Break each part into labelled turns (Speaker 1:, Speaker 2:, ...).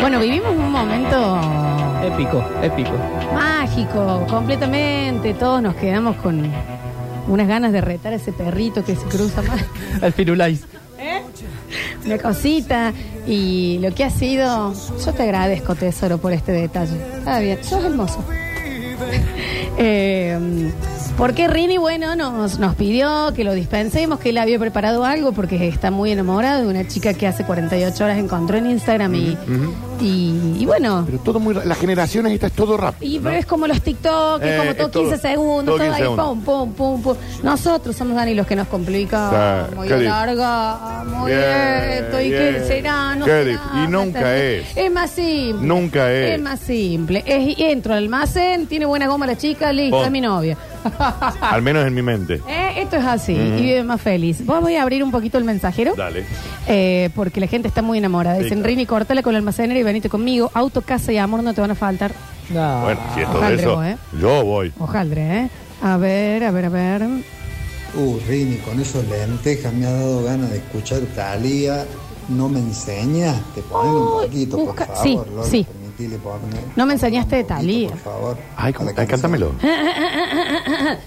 Speaker 1: Bueno, vivimos un momento
Speaker 2: Épico, épico.
Speaker 1: mágico, completamente. Todos nos quedamos con unas ganas de retar a ese perrito que se cruza más.
Speaker 2: Al Firulais.
Speaker 1: Una cosita. Y lo que ha sido. Yo te agradezco, tesoro, por este detalle. Está bien, sos hermoso. Eh, porque Rini, bueno, nos, nos pidió que lo dispensemos, que él había preparado algo porque está muy enamorado de una chica que hace 48 horas encontró en Instagram y, y, y bueno.
Speaker 3: Pero todo muy. ra- Las generaciones estas es todo rápido.
Speaker 1: Y pero es como los TikTok, es
Speaker 3: Eh,
Speaker 1: como todo
Speaker 3: es todo-
Speaker 1: 15 segundos, todo,
Speaker 3: todo 15
Speaker 1: ahí,
Speaker 3: segundos.
Speaker 1: pum, pum, pum, pum. Nosotros somos Dani los que nos complicamos,
Speaker 3: Sí,
Speaker 1: muy
Speaker 3: qué dif-
Speaker 1: larga, muy
Speaker 3: Bien,
Speaker 1: esto, y qué
Speaker 3: bien.
Speaker 1: será, no
Speaker 3: Qué
Speaker 1: será,
Speaker 3: dif- y
Speaker 1: ¿me
Speaker 3: nunca
Speaker 1: entendés?
Speaker 3: es.
Speaker 1: Es más simple.
Speaker 3: Nunca es.
Speaker 1: Es más simple. Es, entro al almacén, tiene buena goma la chica, listo,
Speaker 3: Pon.
Speaker 1: es mi novia.
Speaker 3: Al menos en mi mente.
Speaker 1: Eh, Esto es así, y vive más feliz. Vos voy a abrir un poquito el mensajero.
Speaker 3: Dale.
Speaker 1: Eh, porque la gente está muy enamorada.
Speaker 3: Sí,
Speaker 1: Dicen,
Speaker 3: claro.
Speaker 1: Rini, cortala con el almacenero y venite conmigo. Auto, casa y amor no te van a faltar.
Speaker 2: No.
Speaker 3: Bueno, si es todo
Speaker 1: Ojalá,
Speaker 3: eso,
Speaker 1: ¿eh?
Speaker 3: yo voy.
Speaker 1: Ojaldre, ¿eh? A ver, a ver, a ver.
Speaker 4: Uh, Rini, con esos lentejas me ha dado ganas de escuchar Talía. No me enseñas, te ponen un
Speaker 1: Ay,
Speaker 4: poquito,
Speaker 1: busca-
Speaker 4: por favor.
Speaker 1: sí,
Speaker 4: Lola,
Speaker 1: sí.
Speaker 4: permitile poner.
Speaker 1: No me enseñaste de
Speaker 4: Un poquito,
Speaker 1: Thalía.
Speaker 4: Por favor.
Speaker 3: Ay,
Speaker 4: a la
Speaker 3: ay, cántamelo.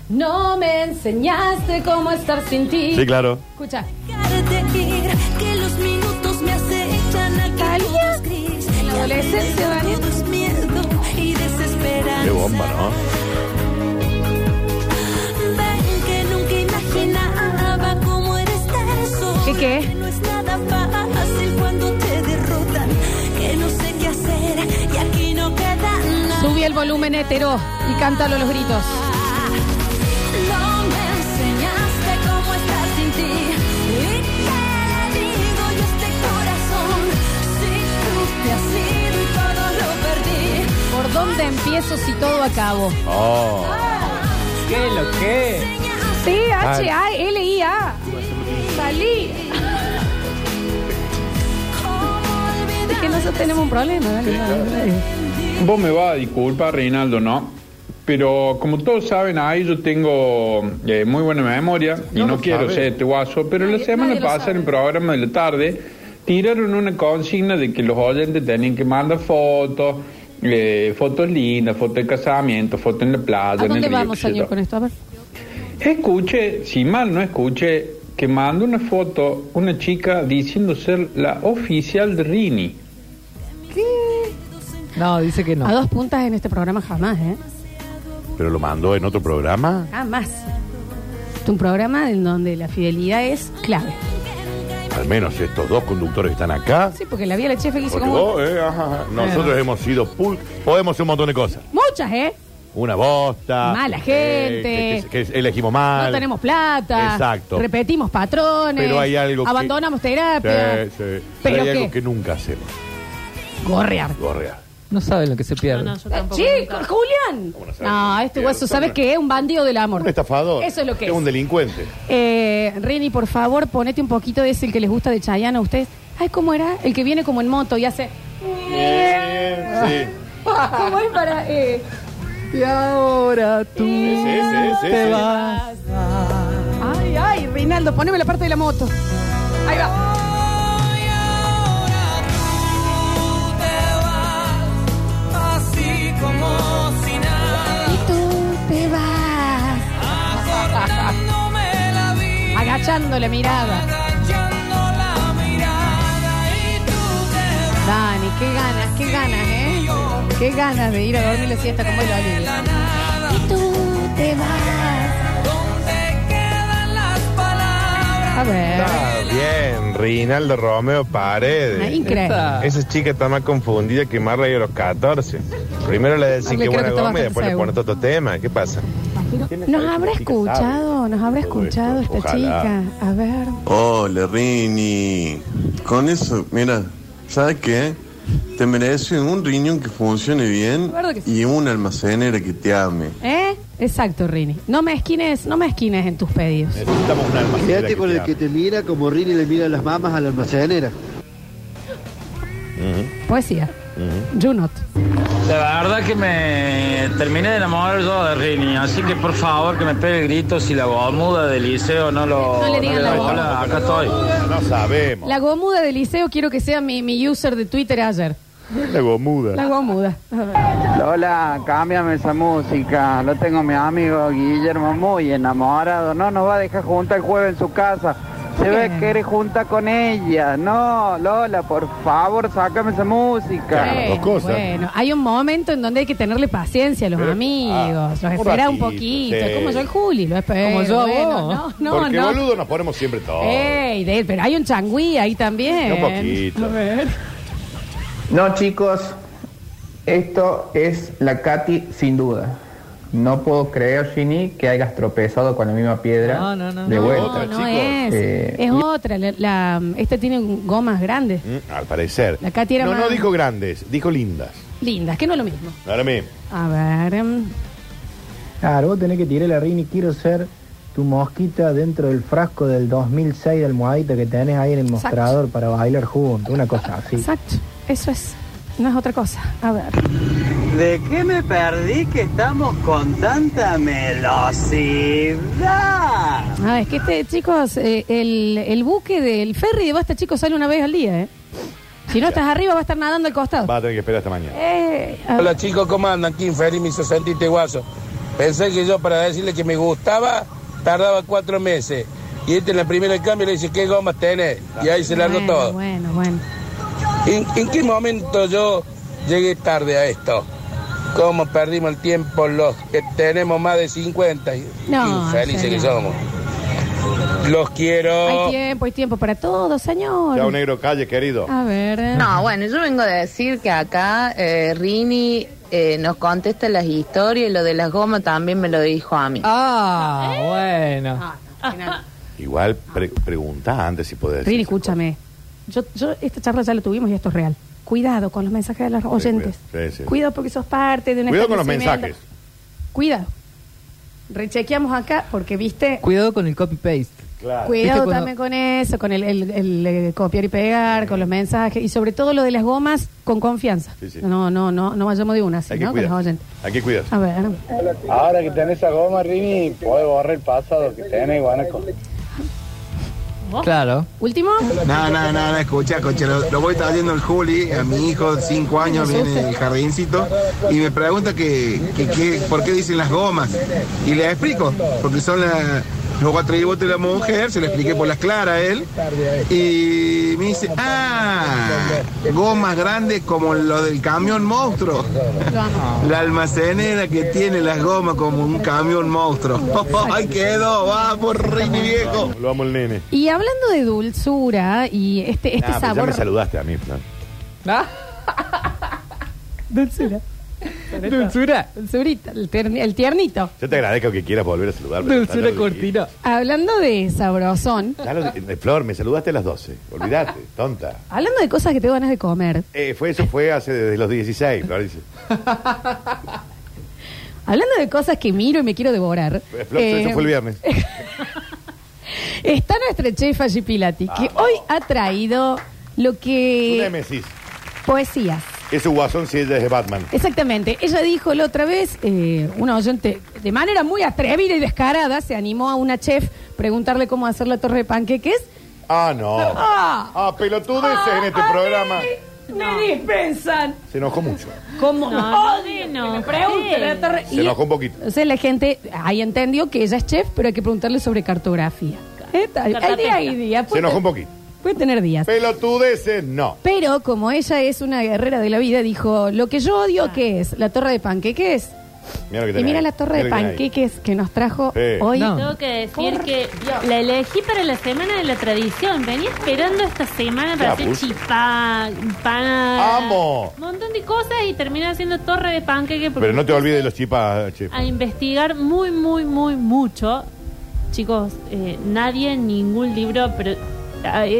Speaker 1: No me enseñaste cómo estar sin ti.
Speaker 3: Sí, claro.
Speaker 1: Escucha.
Speaker 5: Carteir, que los minutos me acechan a que
Speaker 1: ¿Talía?
Speaker 5: todo es gris.
Speaker 1: En la
Speaker 5: Y a
Speaker 1: adolescencia,
Speaker 5: veces
Speaker 1: Daniel.
Speaker 5: todo es miedo y desesperanza.
Speaker 3: Qué bomba, ¿no?
Speaker 5: Ven que nunca imaginaba cómo eres tan solo.
Speaker 1: ¿Qué, qué?
Speaker 5: Que no es nada fácil cuando te derrotan. Que no sé qué hacer y aquí no queda nada.
Speaker 1: Subí el volumen hetero y cántalo a los gritos.
Speaker 5: No me enseñaste cómo estar sin ti. ¿Y qué le digo yo a este corazón? Si tú te has ido y todo lo perdí.
Speaker 1: ¿Por dónde empiezo si todo acabo?
Speaker 3: Oh.
Speaker 2: ¿Qué lo que?
Speaker 1: Sí, H-A-L-I-A. Salí. Es que nosotros tenemos un problema, dale, dale, dale.
Speaker 6: Vos me vas a disculpar, Reinaldo, ¿no? Pero como todos saben, ahí yo tengo eh, muy buena memoria y
Speaker 3: No
Speaker 6: no,
Speaker 3: lo
Speaker 6: quiero
Speaker 3: sabe.
Speaker 6: ser este guaso, pero
Speaker 1: Nadie-
Speaker 6: la semana
Speaker 1: nadie lo
Speaker 6: pasada en
Speaker 1: sabe.
Speaker 6: el programa de la tarde tiraron una consigna de que los oyentes tenían que mandar fotos, eh, fotos lindas, fotos de casamiento, fotos en la playa.
Speaker 1: ¿A
Speaker 6: en el
Speaker 1: dónde
Speaker 6: río,
Speaker 1: vamos,
Speaker 6: qué sé
Speaker 1: señor,
Speaker 6: yo.
Speaker 1: con esto? A ver.
Speaker 6: Escuche, si mal no escuche, que manda una foto una chica diciendo ser la oficial de Rini.
Speaker 2: No, dice que
Speaker 1: A
Speaker 2: no.
Speaker 1: dos puntas en este programa jamás, ¿eh?
Speaker 3: Pero lo mandó en otro programa.
Speaker 1: Jamás. Es un programa en donde la fidelidad es clave.
Speaker 3: Al menos estos dos conductores que están acá.
Speaker 1: Sí, porque la vida de la chefe que hizo
Speaker 3: Porque
Speaker 1: como...
Speaker 3: vos, eh, ajá, ajá. Nosotros
Speaker 1: Claro.
Speaker 3: hemos sido pul podemos hacer un montón de cosas.
Speaker 1: Muchas, ¿eh?
Speaker 3: Una bosta.
Speaker 1: Mala
Speaker 3: eh,
Speaker 1: gente.
Speaker 3: que, que- que elegimos mal.
Speaker 1: No tenemos plata.
Speaker 3: Exacto.
Speaker 1: Repetimos patrones.
Speaker 3: Pero hay algo que-
Speaker 1: Abandonamos terapia.
Speaker 3: Sí, sí. Pero
Speaker 1: Pero
Speaker 3: hay algo
Speaker 1: que...
Speaker 3: que nunca hacemos.
Speaker 1: Gorrear.
Speaker 3: Gorrear.
Speaker 2: No saben lo que se pierde.
Speaker 1: Chicos, Julián.
Speaker 3: ¿Cómo no sabes?
Speaker 1: No, este hueso, ¿sabes qué? Es un bandido del amor.
Speaker 3: Un estafador.
Speaker 1: Eso es lo que es.
Speaker 3: un delincuente.
Speaker 1: Eh, Rini, por favor, ponete un poquito de ese el que les gusta de Chayanne a ustedes. Ay, ¿cómo era? El que viene como en moto y hace...
Speaker 3: Sí.
Speaker 1: ¿Cómo es para...? eh,
Speaker 2: Y ahora tú
Speaker 3: Sí, sí, sí, sí,
Speaker 2: te
Speaker 3: sí.
Speaker 2: vas.
Speaker 1: Ay, ay, Reinaldo, poneme la parte de la moto. Ahí va. Y tú te vas. Agachando la mirada. Dani, qué ganas, qué ganas, ¿eh? Qué ganas de ir a dormir la siesta como el Olivia. Y tú te vas. A
Speaker 7: Ah,
Speaker 1: ver.
Speaker 8: Está bien, Rinaldo Romeo
Speaker 1: Ah,
Speaker 8: Paredes.
Speaker 1: Increíble.
Speaker 2: Esta-
Speaker 8: Esa chica está más confundida que Marla de los 14. Primero le
Speaker 1: Ah,
Speaker 8: decís que
Speaker 1: le creo que
Speaker 8: buena
Speaker 1: está
Speaker 8: goma y
Speaker 1: bastante
Speaker 8: después le
Speaker 1: seguro.
Speaker 8: pones otro tema. ¿Qué pasa?
Speaker 1: Nos habrá escuchado, nos habrá
Speaker 3: Todo esto,
Speaker 1: escuchado esta
Speaker 3: ojalá.
Speaker 1: chica. A ver.
Speaker 9: Hola Rini, con eso, mira, ¿sabes qué? Te mereces un riñón que funcione bien
Speaker 1: Claro que sí.
Speaker 9: y un almacenera que te ame.
Speaker 1: ¿Eh? Exacto, Rini. No me esquines, no me esquines en tus pedidos.
Speaker 3: Eh. Necesitamos un alma.
Speaker 10: Quédate este con el que te mira como Rini le mira a las mamas a la almacenera.
Speaker 1: Poesía. Junot.
Speaker 11: La verdad que me terminé de enamorar yo de Rini, así que por favor que me pegue gritos si la gomuda del liceo no lo...
Speaker 1: No le digan la
Speaker 11: da
Speaker 1: gomuda.
Speaker 11: bola. Acá estoy.
Speaker 3: No sabemos.
Speaker 1: La gomuda de liceo quiero que sea mi, mi user de Twitter ayer.
Speaker 3: La gomuda.
Speaker 1: La gomuda.
Speaker 12: Lola, cámbiame esa música. Lo tengo mi amigo Guillermo muy enamorado. No nos va a dejar juntar el jueves en su casa. Se ve que eres junta con ella. No, Lola, por favor, sácame esa música.
Speaker 1: Bueno, Bueno, hay un momento en donde hay que tenerle paciencia a los amigos. los
Speaker 3: ah, un
Speaker 1: espera un
Speaker 3: ratito,
Speaker 1: poquito.
Speaker 3: sí.
Speaker 1: Como yo el Juli, lo espero.
Speaker 3: Como yo a
Speaker 1: Bueno,
Speaker 3: vos.
Speaker 1: No, no,
Speaker 3: Porque
Speaker 1: no.
Speaker 3: boludo nos ponemos siempre todos.
Speaker 1: Ey, de él, pero hay un changüí ahí también.
Speaker 3: Un poquito.
Speaker 1: A ver.
Speaker 13: No, chicos, esto es la Katy sin duda. No puedo creer, Ginny, que hayas tropezado con la misma piedra
Speaker 1: No, no, no.
Speaker 13: de
Speaker 1: no,
Speaker 13: vuelta.
Speaker 1: no es.
Speaker 13: Eh,
Speaker 1: es otra. La, la- esta tiene gomas grandes,
Speaker 3: Mm, al parecer.
Speaker 1: La Katy era
Speaker 3: no, no
Speaker 1: más-
Speaker 3: dijo grandes, dijo lindas.
Speaker 1: lindas, que no es lo mismo.
Speaker 3: Ahora mismo.
Speaker 1: A ver. em,
Speaker 14: Claro, vos tenés que tirar la rini. Quiero ser tu mosquita dentro del frasco del 2006 de almohadita que tenés ahí en el
Speaker 1: Exacto.
Speaker 14: mostrador para bailar juntos. Una cosa así.
Speaker 1: Exacto. Eso es. No es otra cosa. A ver.
Speaker 15: ¿De qué me perdí que estamos con tanta velocidad?
Speaker 1: Ah, es que este, chicos, eh, el, el buque del ferry de Basta, chicos, sale una vez al día, ¿eh? Si no estás arriba, va a estar nadando al costado.
Speaker 3: Va a tener que esperar hasta mañana.
Speaker 1: Eh, a ver.
Speaker 16: Hola chicos, ¿cómo andan? Kim Ferry me hizo sentir guaso. Pensé que yo para decirle que me gustaba tardaba cuatro meses. Y este en la primera cambio le dice, ¿qué gomas tenés? Y ahí se largó
Speaker 1: Bueno,
Speaker 16: todo.
Speaker 1: Bueno, bueno.
Speaker 16: ¿En, en qué momento yo llegué tarde a esto? ¿Cómo perdimos el tiempo los que tenemos más de 50?
Speaker 1: No,
Speaker 16: Infelices
Speaker 1: señor.
Speaker 16: que somos. Los
Speaker 1: Hay
Speaker 16: quiero.
Speaker 1: tiempo, hay tiempo para todo, señor.
Speaker 3: Chao, negro, calle, querido.
Speaker 1: A ver.
Speaker 7: No, bueno, yo vengo a decir que acá eh, Rini eh, nos contesta las historias y lo de las gomas también me lo dijo a mí.
Speaker 2: Ah, bueno.
Speaker 3: Igual pre- preguntá antes si podés.
Speaker 1: Rini, escúchame. Yo, yo, esta charla ya la tuvimos y esto es real. Cuidado con los mensajes de los oyentes.
Speaker 3: Sí, sí.
Speaker 1: Cuidado porque sos parte de una
Speaker 3: Cuidado con los mensajes.
Speaker 1: Cuidado. Rechequeamos acá porque, viste,
Speaker 2: Cuidado con el copy-paste.
Speaker 3: Claro.
Speaker 1: Cuidado también con eso, con el, el- el, eh, copiar y pegar, con los mensajes y sobre todo lo de las gomas con confianza.
Speaker 3: Sí, sí.
Speaker 1: No, no, no, no vayamos de una,
Speaker 3: Hay
Speaker 1: así,
Speaker 3: que
Speaker 1: ¿no? Con los
Speaker 3: cuidar.
Speaker 1: oyentes.
Speaker 3: Hay que cuidar.
Speaker 1: A ver.
Speaker 10: Ahora que tenés esa goma, Rini, podés borrar el pasado que tenés, Guanaco.
Speaker 1: Oh.
Speaker 2: Claro.
Speaker 1: Último.
Speaker 4: No, no, no, no, escucha, coche, lo, lo voy trayendo el Juli, a mi hijo de 5 años, viene en el jardincito, y me pregunta que, que- que- por qué dicen las gomas. Y le explico, porque son la- los atributos de la mujer, se lo expliqué por las claras a él, y me dice, ah, gomas grandes como lo del camión monstruo. La almacenera que tiene las gomas como un camión monstruo. ¡Ay, quedó! ¡Vamos, Rini viejo!
Speaker 3: Lo amo el nene.
Speaker 1: Y hablando de dulzura y este, este
Speaker 3: Ah, pero ya
Speaker 1: sabor.
Speaker 3: me saludaste a mí. ¿no?
Speaker 1: dulzura. dulzura. Dulzurita, el, terni- el tiernito.
Speaker 3: Yo te agradezco que quieras volver a saludarme.
Speaker 2: Dulzura
Speaker 3: cortina.
Speaker 1: Hablando de sabrosón,
Speaker 3: eh, Flor, me saludaste a las 12. Olvídate, tonta.
Speaker 1: hablando de cosas que te ganas de comer,
Speaker 3: Eh, fue, eso fue hace desde los 16, Flor. dice.
Speaker 1: hablando de cosas que miro y me quiero devorar.
Speaker 3: Flor, eso
Speaker 1: eh,
Speaker 3: fue el viernes.
Speaker 1: Está nuestra chef Allí Pilati, que
Speaker 3: Ah,
Speaker 1: hoy ha traído lo
Speaker 3: Un
Speaker 1: que...
Speaker 3: Nemesis.
Speaker 1: Poesías.
Speaker 3: Es su guasón si ella es de Batman.
Speaker 1: Exactamente. Ella dijo la otra vez, eh, una oyente, de manera muy atrevida y descarada, se animó a una chef preguntarle cómo hacer la torre de panqueques.
Speaker 3: Ah, no.
Speaker 1: ¡Ah!
Speaker 3: Ah, pelotudeces en este
Speaker 1: a mí
Speaker 3: programa.
Speaker 1: ¡Me dispensan!
Speaker 3: Se enojó mucho.
Speaker 1: ¿Cómo?
Speaker 5: No,
Speaker 1: odio
Speaker 5: no,
Speaker 1: que me
Speaker 5: no.
Speaker 1: pregunten la torre.
Speaker 3: Se
Speaker 1: Y-
Speaker 3: enojó un poquito.
Speaker 1: Entonces la gente ahí entendió que ella es chef, pero hay que preguntarle sobre cartografía. ¿Eh? Hay hay día y día.
Speaker 3: Se enojó un poquito.
Speaker 1: Puede tener días.
Speaker 3: Pelotudeces, no.
Speaker 1: Pero como ella es una guerrera de la vida, dijo, lo que yo odio, ¿qué es? ¿La torre de panqueques?
Speaker 3: Mira lo que
Speaker 1: Y
Speaker 3: tenés
Speaker 1: mira
Speaker 3: ahí.
Speaker 1: la torre de
Speaker 3: Mira lo que tenés ahí.
Speaker 1: panqueques que nos trajo
Speaker 3: Sí.
Speaker 1: hoy.
Speaker 5: Tengo que decir que la elegí para la semana de la tradición. Venía esperando esta semana para
Speaker 3: Ya,
Speaker 5: hacer
Speaker 3: pues.
Speaker 5: chipá, empanada.
Speaker 3: ¡Amo!
Speaker 5: Un montón de cosas y terminé haciendo torre de panqueque. porque
Speaker 3: Pero no te olvides de los chipas, chef.
Speaker 5: A investigar muy, muy, muy mucho. Chicos, eh, nadie en ningún libro, pero eh,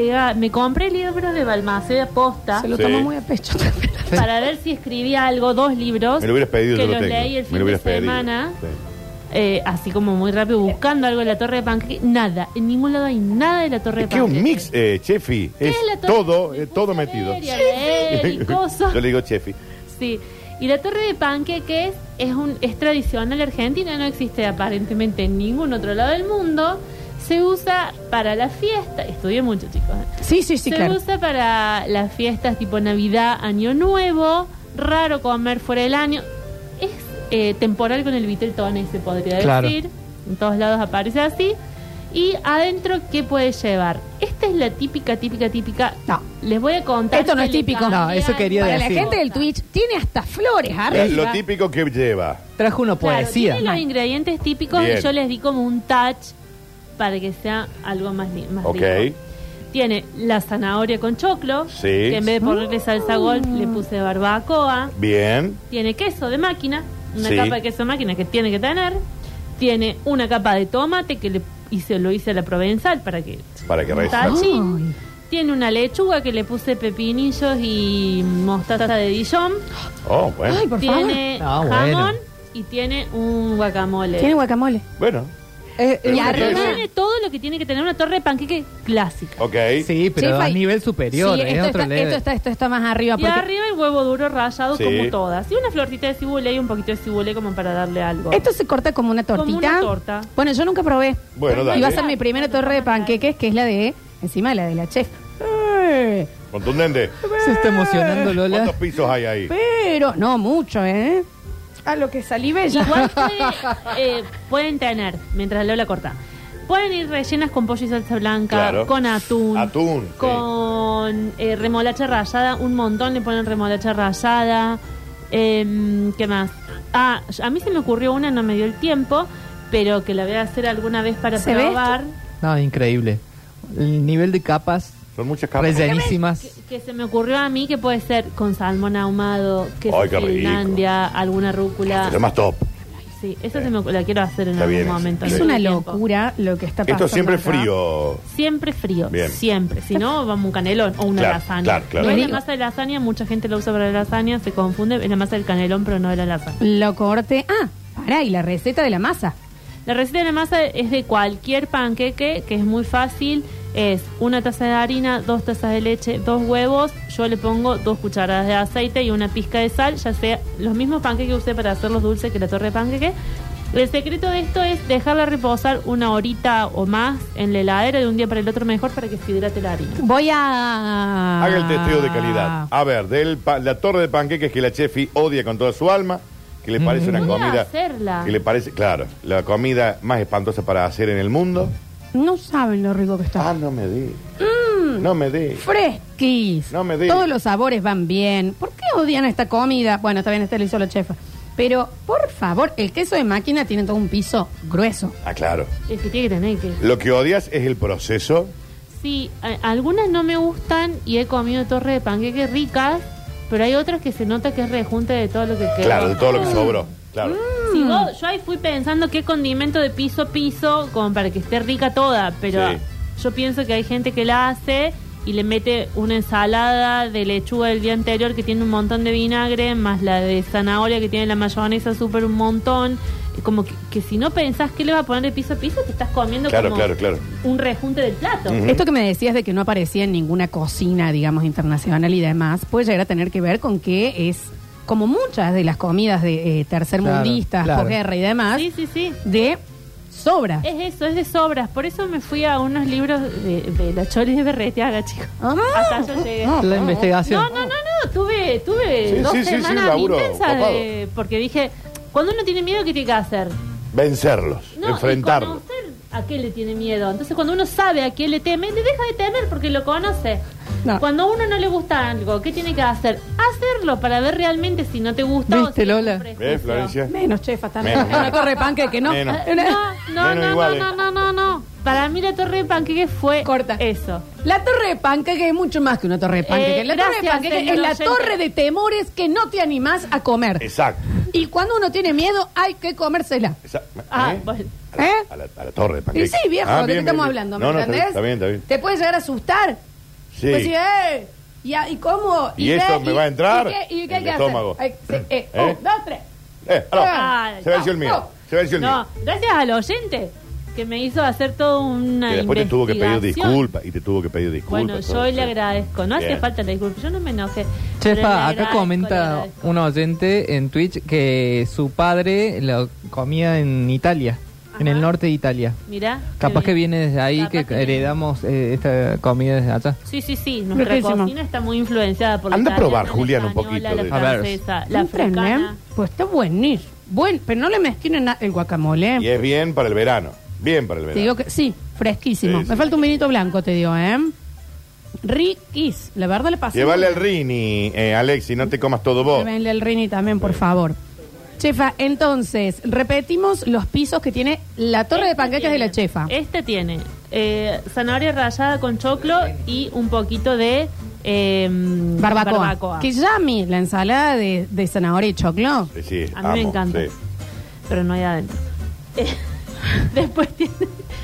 Speaker 5: eh, me compré libros de Balmaceda Posta.
Speaker 1: Se lo tomó muy a pecho.
Speaker 5: para ver si escribía algo, dos libros.
Speaker 3: Me lo hubieras pedido,
Speaker 5: que
Speaker 3: yo lo
Speaker 5: los
Speaker 3: tengo.
Speaker 5: leí el
Speaker 3: Me
Speaker 5: fin
Speaker 3: lo
Speaker 5: de
Speaker 3: hubieras pedido.
Speaker 5: semana. eh, así como muy rápido, buscando algo de la torre de panqueque. Nada, en ningún lado hay nada de la torre de
Speaker 3: Es que un
Speaker 5: panqueque.
Speaker 3: mix, eh, Chefi.
Speaker 5: ¿Qué
Speaker 3: Es
Speaker 5: es la torre?
Speaker 3: todo, eh, todo metido.
Speaker 5: ver y a leer y cosas.
Speaker 3: Yo le digo Chefi.
Speaker 5: Sí. Y la torre de panqueques es, un, es tradicional argentina, no existe aparentemente en ningún otro lado del mundo. Se usa para la fiesta. Estudié mucho, chicos. ¿eh?
Speaker 1: Sí, sí, sí,
Speaker 5: se
Speaker 1: claro.
Speaker 5: usa para las fiestas tipo Navidad, Año Nuevo. Raro comer fuera del año. Es eh, temporal con el Viteltone, se podría
Speaker 2: Claro.
Speaker 5: decir. En todos lados aparece así. Y adentro, ¿qué puede llevar? Esta es la típica, típica, típica. No. Les voy a contar.
Speaker 1: Esto no
Speaker 5: que
Speaker 1: es
Speaker 5: le
Speaker 1: típico.
Speaker 5: cambian-
Speaker 1: para la gente del Twitch, tiene hasta flores arriba.
Speaker 3: Es lo típico que lleva.
Speaker 2: Trajo una
Speaker 5: Claro,
Speaker 2: poesía.
Speaker 5: tiene los ingredientes típicos
Speaker 3: Bien.
Speaker 5: y yo les di como un touch para que sea algo más, li- más
Speaker 3: Ok.
Speaker 5: rico. Tiene la zanahoria con choclo,
Speaker 3: Sí. Mm.
Speaker 5: que en vez de ponerle salsa golf le puse barbacoa.
Speaker 3: Bien.
Speaker 5: Tiene queso de máquina, una
Speaker 3: Sí.
Speaker 5: capa de queso de máquina que tiene que tener. Tiene una capa de tomate que le hice, lo hice a la provenzal para que...
Speaker 3: Para que
Speaker 5: un
Speaker 3: resalga.
Speaker 5: tachín. Tiene una lechuga que le puse pepinillos y mostaza de Dijon.
Speaker 3: Oh, bueno.
Speaker 5: Tiene
Speaker 3: Ah, bueno.
Speaker 5: jamón y tiene un guacamole.
Speaker 1: Tiene guacamole.
Speaker 3: Bueno,
Speaker 1: Eh,
Speaker 3: Pero
Speaker 5: y
Speaker 3: no
Speaker 5: arriba
Speaker 3: tiene-
Speaker 5: tiene todo lo que tiene que tener una torre de panqueque clásica.
Speaker 3: ok.
Speaker 2: Sí, pero
Speaker 1: Chefa,
Speaker 2: a
Speaker 1: y-
Speaker 2: nivel superior,
Speaker 1: Sí,
Speaker 2: es
Speaker 1: esto,
Speaker 2: otro
Speaker 1: está,
Speaker 2: level.
Speaker 1: esto, está, esto está más arriba.
Speaker 5: Y
Speaker 1: porque-
Speaker 5: arriba el huevo duro rallado
Speaker 2: Sí.
Speaker 5: como todas. Y una florcita de cibule y un poquito de cibule como para darle algo.
Speaker 1: Esto se corta como una
Speaker 5: Como
Speaker 1: tortita.
Speaker 5: una torta.
Speaker 1: Bueno, yo nunca probé.
Speaker 3: Bueno,
Speaker 1: Y
Speaker 3: dale.
Speaker 1: va a ser mi primera torre de panqueques, que es la de encima de la de la chef. Eh,
Speaker 3: Contundente.
Speaker 2: Se está emocionando Lola.
Speaker 3: ¿Cuántos pisos hay ahí?
Speaker 1: Pero no mucho, ¿eh? A lo que salí bella.
Speaker 5: Igual puede, eh, pueden tener, mientras Lola corta, pueden ir rellenas con pollo y salsa blanca,
Speaker 3: Claro.
Speaker 5: con atún,
Speaker 3: Atún. sí.
Speaker 5: con eh, remolacha rallada, un montón le ponen remolacha rallada. Em, ¿Qué más? Ah, a mí se me ocurrió una, no me dio el tiempo, pero que la voy a hacer alguna vez para
Speaker 2: ¿Se ve
Speaker 5: probar.
Speaker 2: No, increíble. El nivel de capas.
Speaker 3: Son muchas
Speaker 2: capas. Rellenísimas.
Speaker 5: Que se me ocurrió a mí que puede ser con salmón ahumado, queso
Speaker 3: Ay, qué rico.
Speaker 5: finlandia, alguna rúcula.
Speaker 3: Pero es más top.
Speaker 5: Sí, esa se me, la quiero hacer en
Speaker 3: Está
Speaker 5: algún
Speaker 3: bien,
Speaker 5: momento.
Speaker 3: sí.
Speaker 5: en
Speaker 3: Es
Speaker 5: algún
Speaker 3: una
Speaker 5: tiempo.
Speaker 1: Locura lo que está pasando.
Speaker 3: Esto siempre
Speaker 1: acá.
Speaker 3: frío.
Speaker 5: Siempre frío,
Speaker 3: Bien.
Speaker 5: siempre. Si no, vamos un canelón o una
Speaker 3: Claro,
Speaker 5: lasaña.
Speaker 3: claro, claro.
Speaker 5: No es la
Speaker 3: Digo.
Speaker 5: masa de lasaña, mucha gente la usa para la lasaña, se confunde. Es la masa del canelón, pero no de la lasaña.
Speaker 1: Lo corté. Ah, pará, y la receta de la masa.
Speaker 5: La receta de la masa es de cualquier panqueque, que es muy fácil. Es una taza de harina, dos tazas de leche, dos huevos. Yo le pongo dos cucharadas de aceite y una pizca de sal. Ya sea los mismos panqueques que usé para hacer los dulces que la torre de panqueque. El secreto de esto es dejarla reposar una horita o más en la heladera de un día para el otro mejor para que se hidrate la harina.
Speaker 1: Voy a.
Speaker 3: Haga el testeo de
Speaker 1: Ah.
Speaker 3: calidad. A ver, del pa- la torre de panqueques que la chefi odia con toda su alma, que le parece una
Speaker 5: Voy a
Speaker 3: comida.
Speaker 5: hacerla.
Speaker 3: Que le parece, claro, la comida más espantosa para hacer en el mundo.
Speaker 1: No saben lo rico que está.
Speaker 3: Ah, no me di. No me di.
Speaker 1: Fresquis.
Speaker 3: No me digas.
Speaker 1: Todos los sabores van bien. ¿Por qué odian esta comida? Bueno, está bien, este lo hizo la chefa. Pero, por favor, el queso de máquina tiene todo un piso grueso.
Speaker 3: Ah, claro.
Speaker 5: Es que tiene que tener que.
Speaker 3: Lo que odias es el proceso.
Speaker 5: Sí, a- algunas no me gustan y he comido torre de panqueques ricas, pero hay otras que se nota que es rejunte de todo lo que quedó.
Speaker 3: Claro, de todo lo que sobró. Claro.
Speaker 5: Sí, vos- yo ahí fui pensando qué condimento de piso a piso, como para que esté rica toda, pero
Speaker 3: Sí.
Speaker 5: yo pienso que hay gente que la hace y le mete una ensalada de lechuga del día anterior que tiene un montón de vinagre, más la de zanahoria que tiene la mayonesa súper un montón. Como que, que si no pensás qué le va a poner de piso a piso, te estás comiendo
Speaker 3: Claro,
Speaker 5: como
Speaker 3: claro, claro. Mm.
Speaker 5: un rejunte del plato.
Speaker 1: Esto que me decías de que no aparecía en ninguna cocina, digamos, internacional y demás, puede llegar a tener que ver con que es como muchas de las comidas de eh, tercermundistas,
Speaker 5: Claro, claro.
Speaker 1: posguerra y
Speaker 3: ¿Ah?
Speaker 1: demás,
Speaker 5: Sí, Eh, sí, sí.
Speaker 1: de sobra.
Speaker 5: Es eso, es de sobras. Por eso me fui a unos libros de, de la Cholis de Berreteaga, chicos.
Speaker 1: Ah.
Speaker 5: Hasta
Speaker 3: Ah,
Speaker 5: yo llegué.
Speaker 2: La investigación.
Speaker 5: No, no, no, no. Tuve, tuve
Speaker 3: Sí,
Speaker 5: dos
Speaker 3: sí, sí, sí,
Speaker 5: semanas
Speaker 3: laburo
Speaker 5: intensas
Speaker 3: copado.
Speaker 5: de- porque dije, cuando uno tiene miedo, ¿qué tiene que hacer?
Speaker 3: Vencerlos,
Speaker 5: No,
Speaker 3: enfrentarlos.
Speaker 5: y conocer a qué le tiene miedo. Entonces, cuando uno sabe a qué le teme, le deja de temer porque lo conoce.
Speaker 1: No.
Speaker 5: Cuando a uno no le gusta algo, ¿qué tiene que hacer? Hacerlo para ver realmente si no te gusta o si
Speaker 2: ¿Viste,
Speaker 5: es un
Speaker 2: Lola?
Speaker 5: prejuicio.
Speaker 3: ¿Ves, Florencia?
Speaker 1: Menos chefa también.
Speaker 3: Menos,
Speaker 1: Una torre de panqueque, ¿no?
Speaker 3: Menos.
Speaker 5: Eh, No, no,
Speaker 3: Menos
Speaker 5: no, no,
Speaker 3: iguales.
Speaker 5: no, no, no, no. Para mí la torre de panqueque fue eso.
Speaker 1: La torre de panqueque es mucho más que una torre de panqueque.
Speaker 5: Eh,
Speaker 1: la torre de
Speaker 5: gracias,
Speaker 1: panqueque
Speaker 5: señor
Speaker 1: es la
Speaker 5: oyente.
Speaker 1: torre de temores que no te animás a comer.
Speaker 3: Exacto.
Speaker 1: Y cuando uno tiene miedo, hay que comérsela.
Speaker 3: exacto.
Speaker 5: Ah,
Speaker 3: ¿Eh?
Speaker 5: bueno.
Speaker 1: ¿Eh?
Speaker 3: A, la, a la torre de
Speaker 1: Y
Speaker 3: panqueques.
Speaker 1: sí, viejo, ¿de
Speaker 3: Ah,
Speaker 1: qué
Speaker 3: bien, bien,
Speaker 1: estamos
Speaker 3: bien.
Speaker 1: hablando?
Speaker 3: No,
Speaker 1: ¿Me
Speaker 3: no, está bien,
Speaker 1: entendés?
Speaker 3: está bien, está bien.
Speaker 1: Te puede llegar a asustar.
Speaker 3: Sí.
Speaker 1: Pues sí, eh, ¿Y, a- y cómo?
Speaker 3: ¿Y eso me va a entrar?
Speaker 1: ¿Y qué, y qué hay
Speaker 3: En el
Speaker 1: que hacer?
Speaker 3: estómago.
Speaker 1: Ay, sí, eh,
Speaker 3: ¿Eh?
Speaker 1: un, dos, tres.
Speaker 3: Eh, aló.
Speaker 5: Ah,
Speaker 3: se venció el mío.
Speaker 5: no.
Speaker 3: Se venció el mío.
Speaker 5: No, gracias al oyente que me hizo hacer toda una
Speaker 3: Que después te tuvo que pedir
Speaker 5: investigación.
Speaker 3: disculpas y te tuvo que pedir disculpas.
Speaker 5: Bueno, yo
Speaker 3: todo,
Speaker 5: le
Speaker 3: sí.
Speaker 5: agradezco. No hace
Speaker 3: Bien.
Speaker 5: falta la disculpa. Yo no me enojé. pero le
Speaker 2: Chefa, acá
Speaker 5: agradezco, le
Speaker 2: comenta
Speaker 5: agradezco.
Speaker 2: un oyente en Twitch que su padre lo comía en Italia. en el norte de Italia.
Speaker 5: Mirá. qué
Speaker 2: Capaz que
Speaker 5: bien.
Speaker 2: viene desde ahí
Speaker 5: Capaz
Speaker 2: que,
Speaker 5: que
Speaker 2: heredamos eh, esta comida desde allá.
Speaker 5: Sí, sí, sí. Nuestra
Speaker 1: Riquísimo.
Speaker 5: cocina está muy influenciada por la
Speaker 2: Anda a
Speaker 5: italiana,
Speaker 2: probar,
Speaker 5: la
Speaker 2: Julián, un
Speaker 5: española,
Speaker 2: poquito de-
Speaker 5: La
Speaker 2: A ver.
Speaker 5: francesa, la
Speaker 1: Un tren,
Speaker 5: africana.
Speaker 1: ¿eh? Pues está buenísimo. Buen, pero no le mezquinen na- el guacamole.
Speaker 3: Y es bien para el verano. Bien para el
Speaker 1: Te
Speaker 3: verano.
Speaker 1: digo que sí, fresquísimo.
Speaker 3: Sí, sí.
Speaker 1: Me falta un vinito blanco, te digo, ¿eh? Riquis, la verdad le pasé.
Speaker 3: Llévale al Rini, eh, Alexi, no te comas todo vos.
Speaker 1: Llévenle al Rini también, por favor. Chefa, entonces, repetimos los pisos que tiene la torre de panqueques de la chefa.
Speaker 5: Este tiene eh, zanahoria rallada con choclo y un poquito de eh,
Speaker 1: Barbacoa. Que ya a mí, la ensalada de, de zanahoria y choclo.
Speaker 3: Eh, Sí, sí,
Speaker 5: A mí me
Speaker 3: amo,
Speaker 5: encanta.
Speaker 3: sí.
Speaker 5: Pero no hay adentro.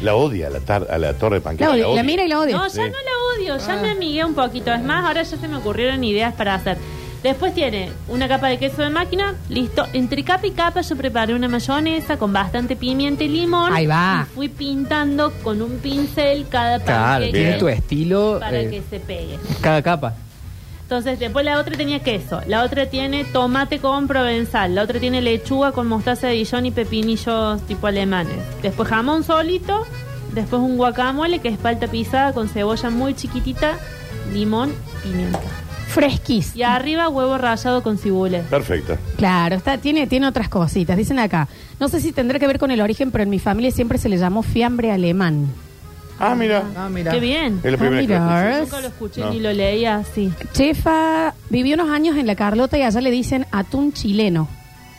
Speaker 3: La odia a la, tar- a la torre de panqueques. odia.
Speaker 5: No, ya
Speaker 3: Sí.
Speaker 5: no la odio,
Speaker 1: Ah.
Speaker 5: ya me amigué un poquito. Es más, ahora ya se me ocurrieron ideas para hacer. Después tiene una capa de queso de máquina, listo. Entre capa y capa yo preparé una mayonesa con bastante pimienta y limón.
Speaker 1: Ahí va.
Speaker 5: Y fui pintando con un pincel cada
Speaker 2: Claro,
Speaker 5: panqueque
Speaker 2: tiene tu estilo.
Speaker 5: para
Speaker 2: eh,
Speaker 5: que se pegue.
Speaker 2: cada capa.
Speaker 5: Entonces, después la otra tenía queso, la otra tiene tomate con provenzal, la otra tiene lechuga con mostaza de Dijon y pepinillos tipo alemanes. Después jamón solito, después un guacamole que es palta pisada con cebolla muy chiquitita, limón, pimienta.
Speaker 1: Fresquís.
Speaker 5: Y arriba huevo rallado con cibule.
Speaker 3: Perfecto.
Speaker 1: Claro, está, tiene, tiene otras cositas. Dicen acá, no sé si tendrá que ver con el origen, pero en mi familia siempre se le llamó fiambre alemán. Ah,
Speaker 3: Ah, mira.
Speaker 5: Qué bien.
Speaker 3: Es la primera que
Speaker 1: mirá.
Speaker 5: Nunca lo escuché
Speaker 3: No.
Speaker 5: ni lo leía así.
Speaker 1: Chefa vivió unos años en La Carlota y allá le dicen atún chileno.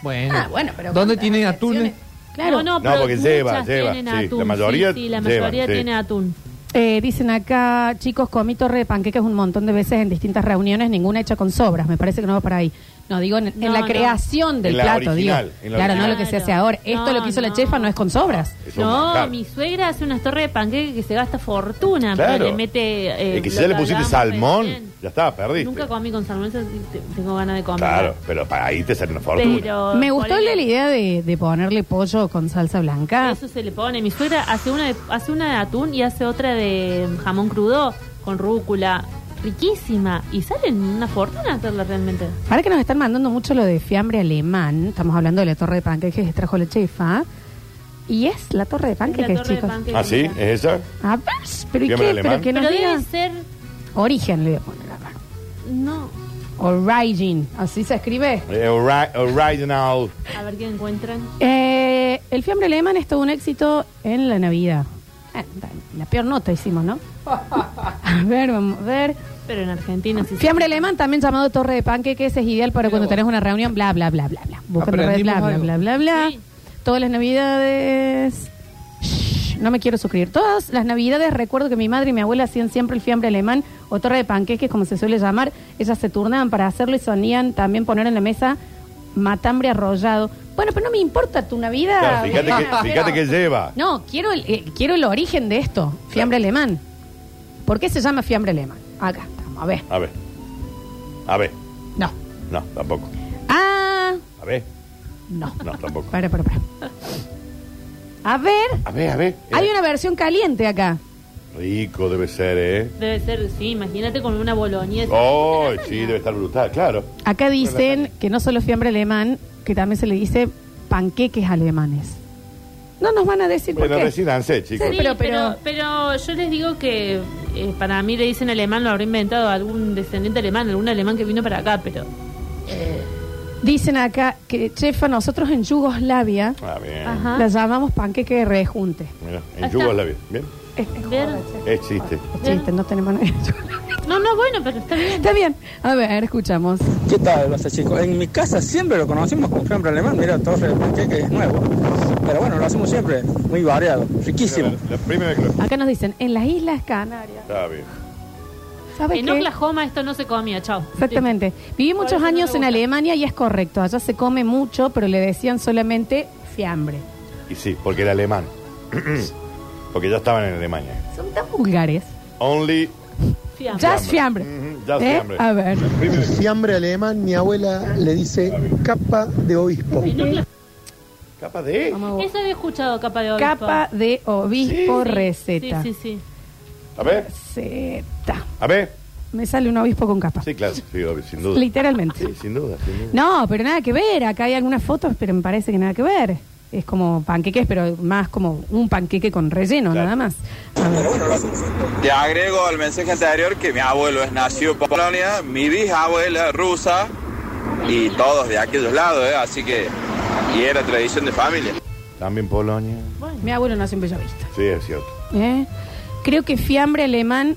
Speaker 2: Bueno.
Speaker 1: Ah, bueno, pero
Speaker 2: ¿Dónde tiene atunes?
Speaker 3: eh?
Speaker 1: Claro.
Speaker 5: No, no,
Speaker 3: No,
Speaker 5: pero
Speaker 3: porque lleva,
Speaker 5: muchas
Speaker 3: lleva,
Speaker 5: tienen
Speaker 3: sí, la
Speaker 5: atún.
Speaker 3: mayoría
Speaker 5: Sí, sí, la
Speaker 3: llevan,
Speaker 5: mayoría
Speaker 3: sí.
Speaker 5: tiene atún.
Speaker 1: Eh, dicen acá, chicos, comí torre de panqueques un montón de veces en distintas reuniones, ninguna hecha con sobras, me parece que no va para ahí. No, digo en, en
Speaker 5: No,
Speaker 1: la
Speaker 5: no.
Speaker 1: creación del
Speaker 3: En la
Speaker 1: plato,
Speaker 3: original,
Speaker 1: digo.
Speaker 3: en la
Speaker 1: claro,
Speaker 3: original.
Speaker 1: no lo que se hace ahora. Esto
Speaker 5: No,
Speaker 1: lo que hizo la
Speaker 5: no.
Speaker 1: chefa no es con sobras.
Speaker 3: Es un
Speaker 5: No,
Speaker 3: manjar.
Speaker 5: mi suegra hace unas torres de panqueques que se gasta fortuna.
Speaker 3: Claro.
Speaker 5: Pero le mete. eh,
Speaker 3: Es que si
Speaker 5: lo
Speaker 3: ya le pusiste
Speaker 5: hablamos
Speaker 3: salmón,
Speaker 5: recién.
Speaker 3: ya está, perdiste.
Speaker 5: Nunca comí con salmón, eso sí te- tengo ganas de comer.
Speaker 3: Claro, pero para ahí te sale una fortuna.
Speaker 5: Pero
Speaker 1: Me gustó
Speaker 5: ponele-
Speaker 1: la idea de, de ponerle pollo con salsa blanca.
Speaker 5: Eso se le pone. Mi suegra hace una, de, hace una de atún y hace otra de jamón crudo con rúcula. Riquísima. Y salen una fortuna hacerla realmente.
Speaker 1: Ahora que nos están mandando mucho lo de fiambre alemán, estamos hablando de la torre de panqueques que trajo la chefa. Y es la torre de panqueques,
Speaker 5: torre de
Speaker 1: chicos.
Speaker 5: panqueques.
Speaker 3: ¿Ah, sí? ¿Es esa?
Speaker 1: Ah, pues, pero ¿y qué?
Speaker 3: Fiambre
Speaker 1: Pero
Speaker 3: alemán.
Speaker 1: que nos
Speaker 5: Pero
Speaker 1: digan-
Speaker 5: debe ser.
Speaker 1: Origen le voy a poner acá.
Speaker 5: No.
Speaker 1: Origin, así se escribe.
Speaker 3: Eh, ori- Original.
Speaker 5: A ver qué encuentran.
Speaker 1: Eh, el fiambre alemán es todo un éxito en la Navidad. Eh, La peor nota hicimos, ¿no? A ver, vamos a ver.
Speaker 5: Pero en Argentina sí. se-
Speaker 1: Fiambre alemán, también llamado torre de panqueques, es ideal para cuando tenés una reunión, bla, bla, bla, bla, bla. Buscando red,
Speaker 2: Aprendimos
Speaker 1: bla, bla,
Speaker 2: algo.
Speaker 1: bla, bla, bla. Todas las navidades... Shh, No me quiero suscribir. Todas las navidades recuerdo que mi madre y mi abuela hacían siempre el fiambre alemán o torre de panqueques, como se suele llamar. Ellas se turnaban para hacerlo y sonían también poner en la mesa matambre arrollado. Bueno, pero no me importa tu Navidad.
Speaker 3: Claro, fíjate,
Speaker 1: Juliana,
Speaker 3: que, fíjate
Speaker 1: Ah, pero-
Speaker 3: que lleva.
Speaker 1: No, quiero el, eh, quiero el origen de esto, fiambre alemán. ¿Por qué se llama fiambre alemán? Acá estamos, a ver.
Speaker 3: A ver. A ver.
Speaker 1: No.
Speaker 3: No, tampoco.
Speaker 1: Ah,
Speaker 3: A ver.
Speaker 1: no.
Speaker 3: No, tampoco.
Speaker 1: Para, para, para. A ver,
Speaker 3: A ver, a ver.
Speaker 1: hay una versión caliente acá.
Speaker 3: Rico debe ser, ¿eh?
Speaker 5: Debe ser, sí, imagínate con una boloñesa.
Speaker 3: Oh, sí, debe estar brutal, claro.
Speaker 1: Acá dicen que no solo fiambre alemán, que también se le dice panqueques alemanes. No nos van a decir
Speaker 3: Bueno,
Speaker 1: por qué.
Speaker 3: residancé, chicos.
Speaker 5: Sí, pero, pero, yo les digo que eh, para mí le dicen alemán, lo habrá inventado algún descendiente alemán, algún alemán que vino para acá, pero. eh,
Speaker 1: Dicen acá que, chefa, nosotros en Yugoslavia
Speaker 3: Ah, bien.
Speaker 5: Ajá.
Speaker 1: la llamamos panqueque de rejunte.
Speaker 3: Mira,
Speaker 1: Ahí
Speaker 3: en
Speaker 1: está.
Speaker 3: Yugoslavia. Bien. Existe.
Speaker 1: Chiste, no tenemos nada.
Speaker 5: No, no, bueno, pero está bien.
Speaker 1: Está bien. A ver, escuchamos.
Speaker 17: ¿Qué tal, Basta Chico? En mi casa siempre lo conocimos como fiambre alemán. Mira, torre de panqueque es nuevo. Pero bueno, lo hacemos siempre. Muy variado, riquísimo.
Speaker 3: La primera vez que lo...
Speaker 1: Acá nos dicen, en las Islas Canarias.
Speaker 3: Está bien.
Speaker 1: ¿Sabe
Speaker 5: en
Speaker 1: qué?
Speaker 5: Oklahoma esto no se comía, chao.
Speaker 1: Exactamente. Viví
Speaker 5: Por
Speaker 1: muchos
Speaker 5: eso no
Speaker 1: años
Speaker 5: me
Speaker 1: en
Speaker 5: gusta.
Speaker 1: Alemania y es correcto. Allá se come mucho, pero le decían solamente fiambre.
Speaker 3: Y sí, porque era alemán. porque ya estaban en Alemania.
Speaker 1: Son tan vulgares.
Speaker 3: Only.
Speaker 5: Fiambre.
Speaker 1: Ya es fiambre.
Speaker 3: ya es
Speaker 1: ¿Eh?
Speaker 3: fiambre.
Speaker 1: A ver.
Speaker 18: Fiambre alemán, mi abuela le dice capa de obispo.
Speaker 3: Capa de.
Speaker 5: Eso había escuchado, capa de obispo.
Speaker 1: Capa de obispo
Speaker 5: Sí.
Speaker 1: receta.
Speaker 5: Sí, sí, sí.
Speaker 3: A ver.
Speaker 1: Receta.
Speaker 3: A ver.
Speaker 1: Me sale un obispo con capa.
Speaker 3: Sí, claro, sí, obvio, sin duda.
Speaker 1: Literalmente.
Speaker 3: Sí, sin duda, sin duda.
Speaker 1: No, pero nada que ver. Acá hay algunas fotos, pero me parece que nada que ver. es como panqueques, pero más como un panqueque con relleno, nada más. A ver.
Speaker 19: Te agrego al mensaje anterior que mi abuelo es nacido en Polonia, mi bisabuela es rusa y todos de aquellos lados, ¿eh? así que y era tradición de familia.
Speaker 3: También Polonia.
Speaker 1: Mi abuelo nació en Bellavista.
Speaker 3: Sí, es cierto.
Speaker 1: ¿eh? Creo que fiambre alemán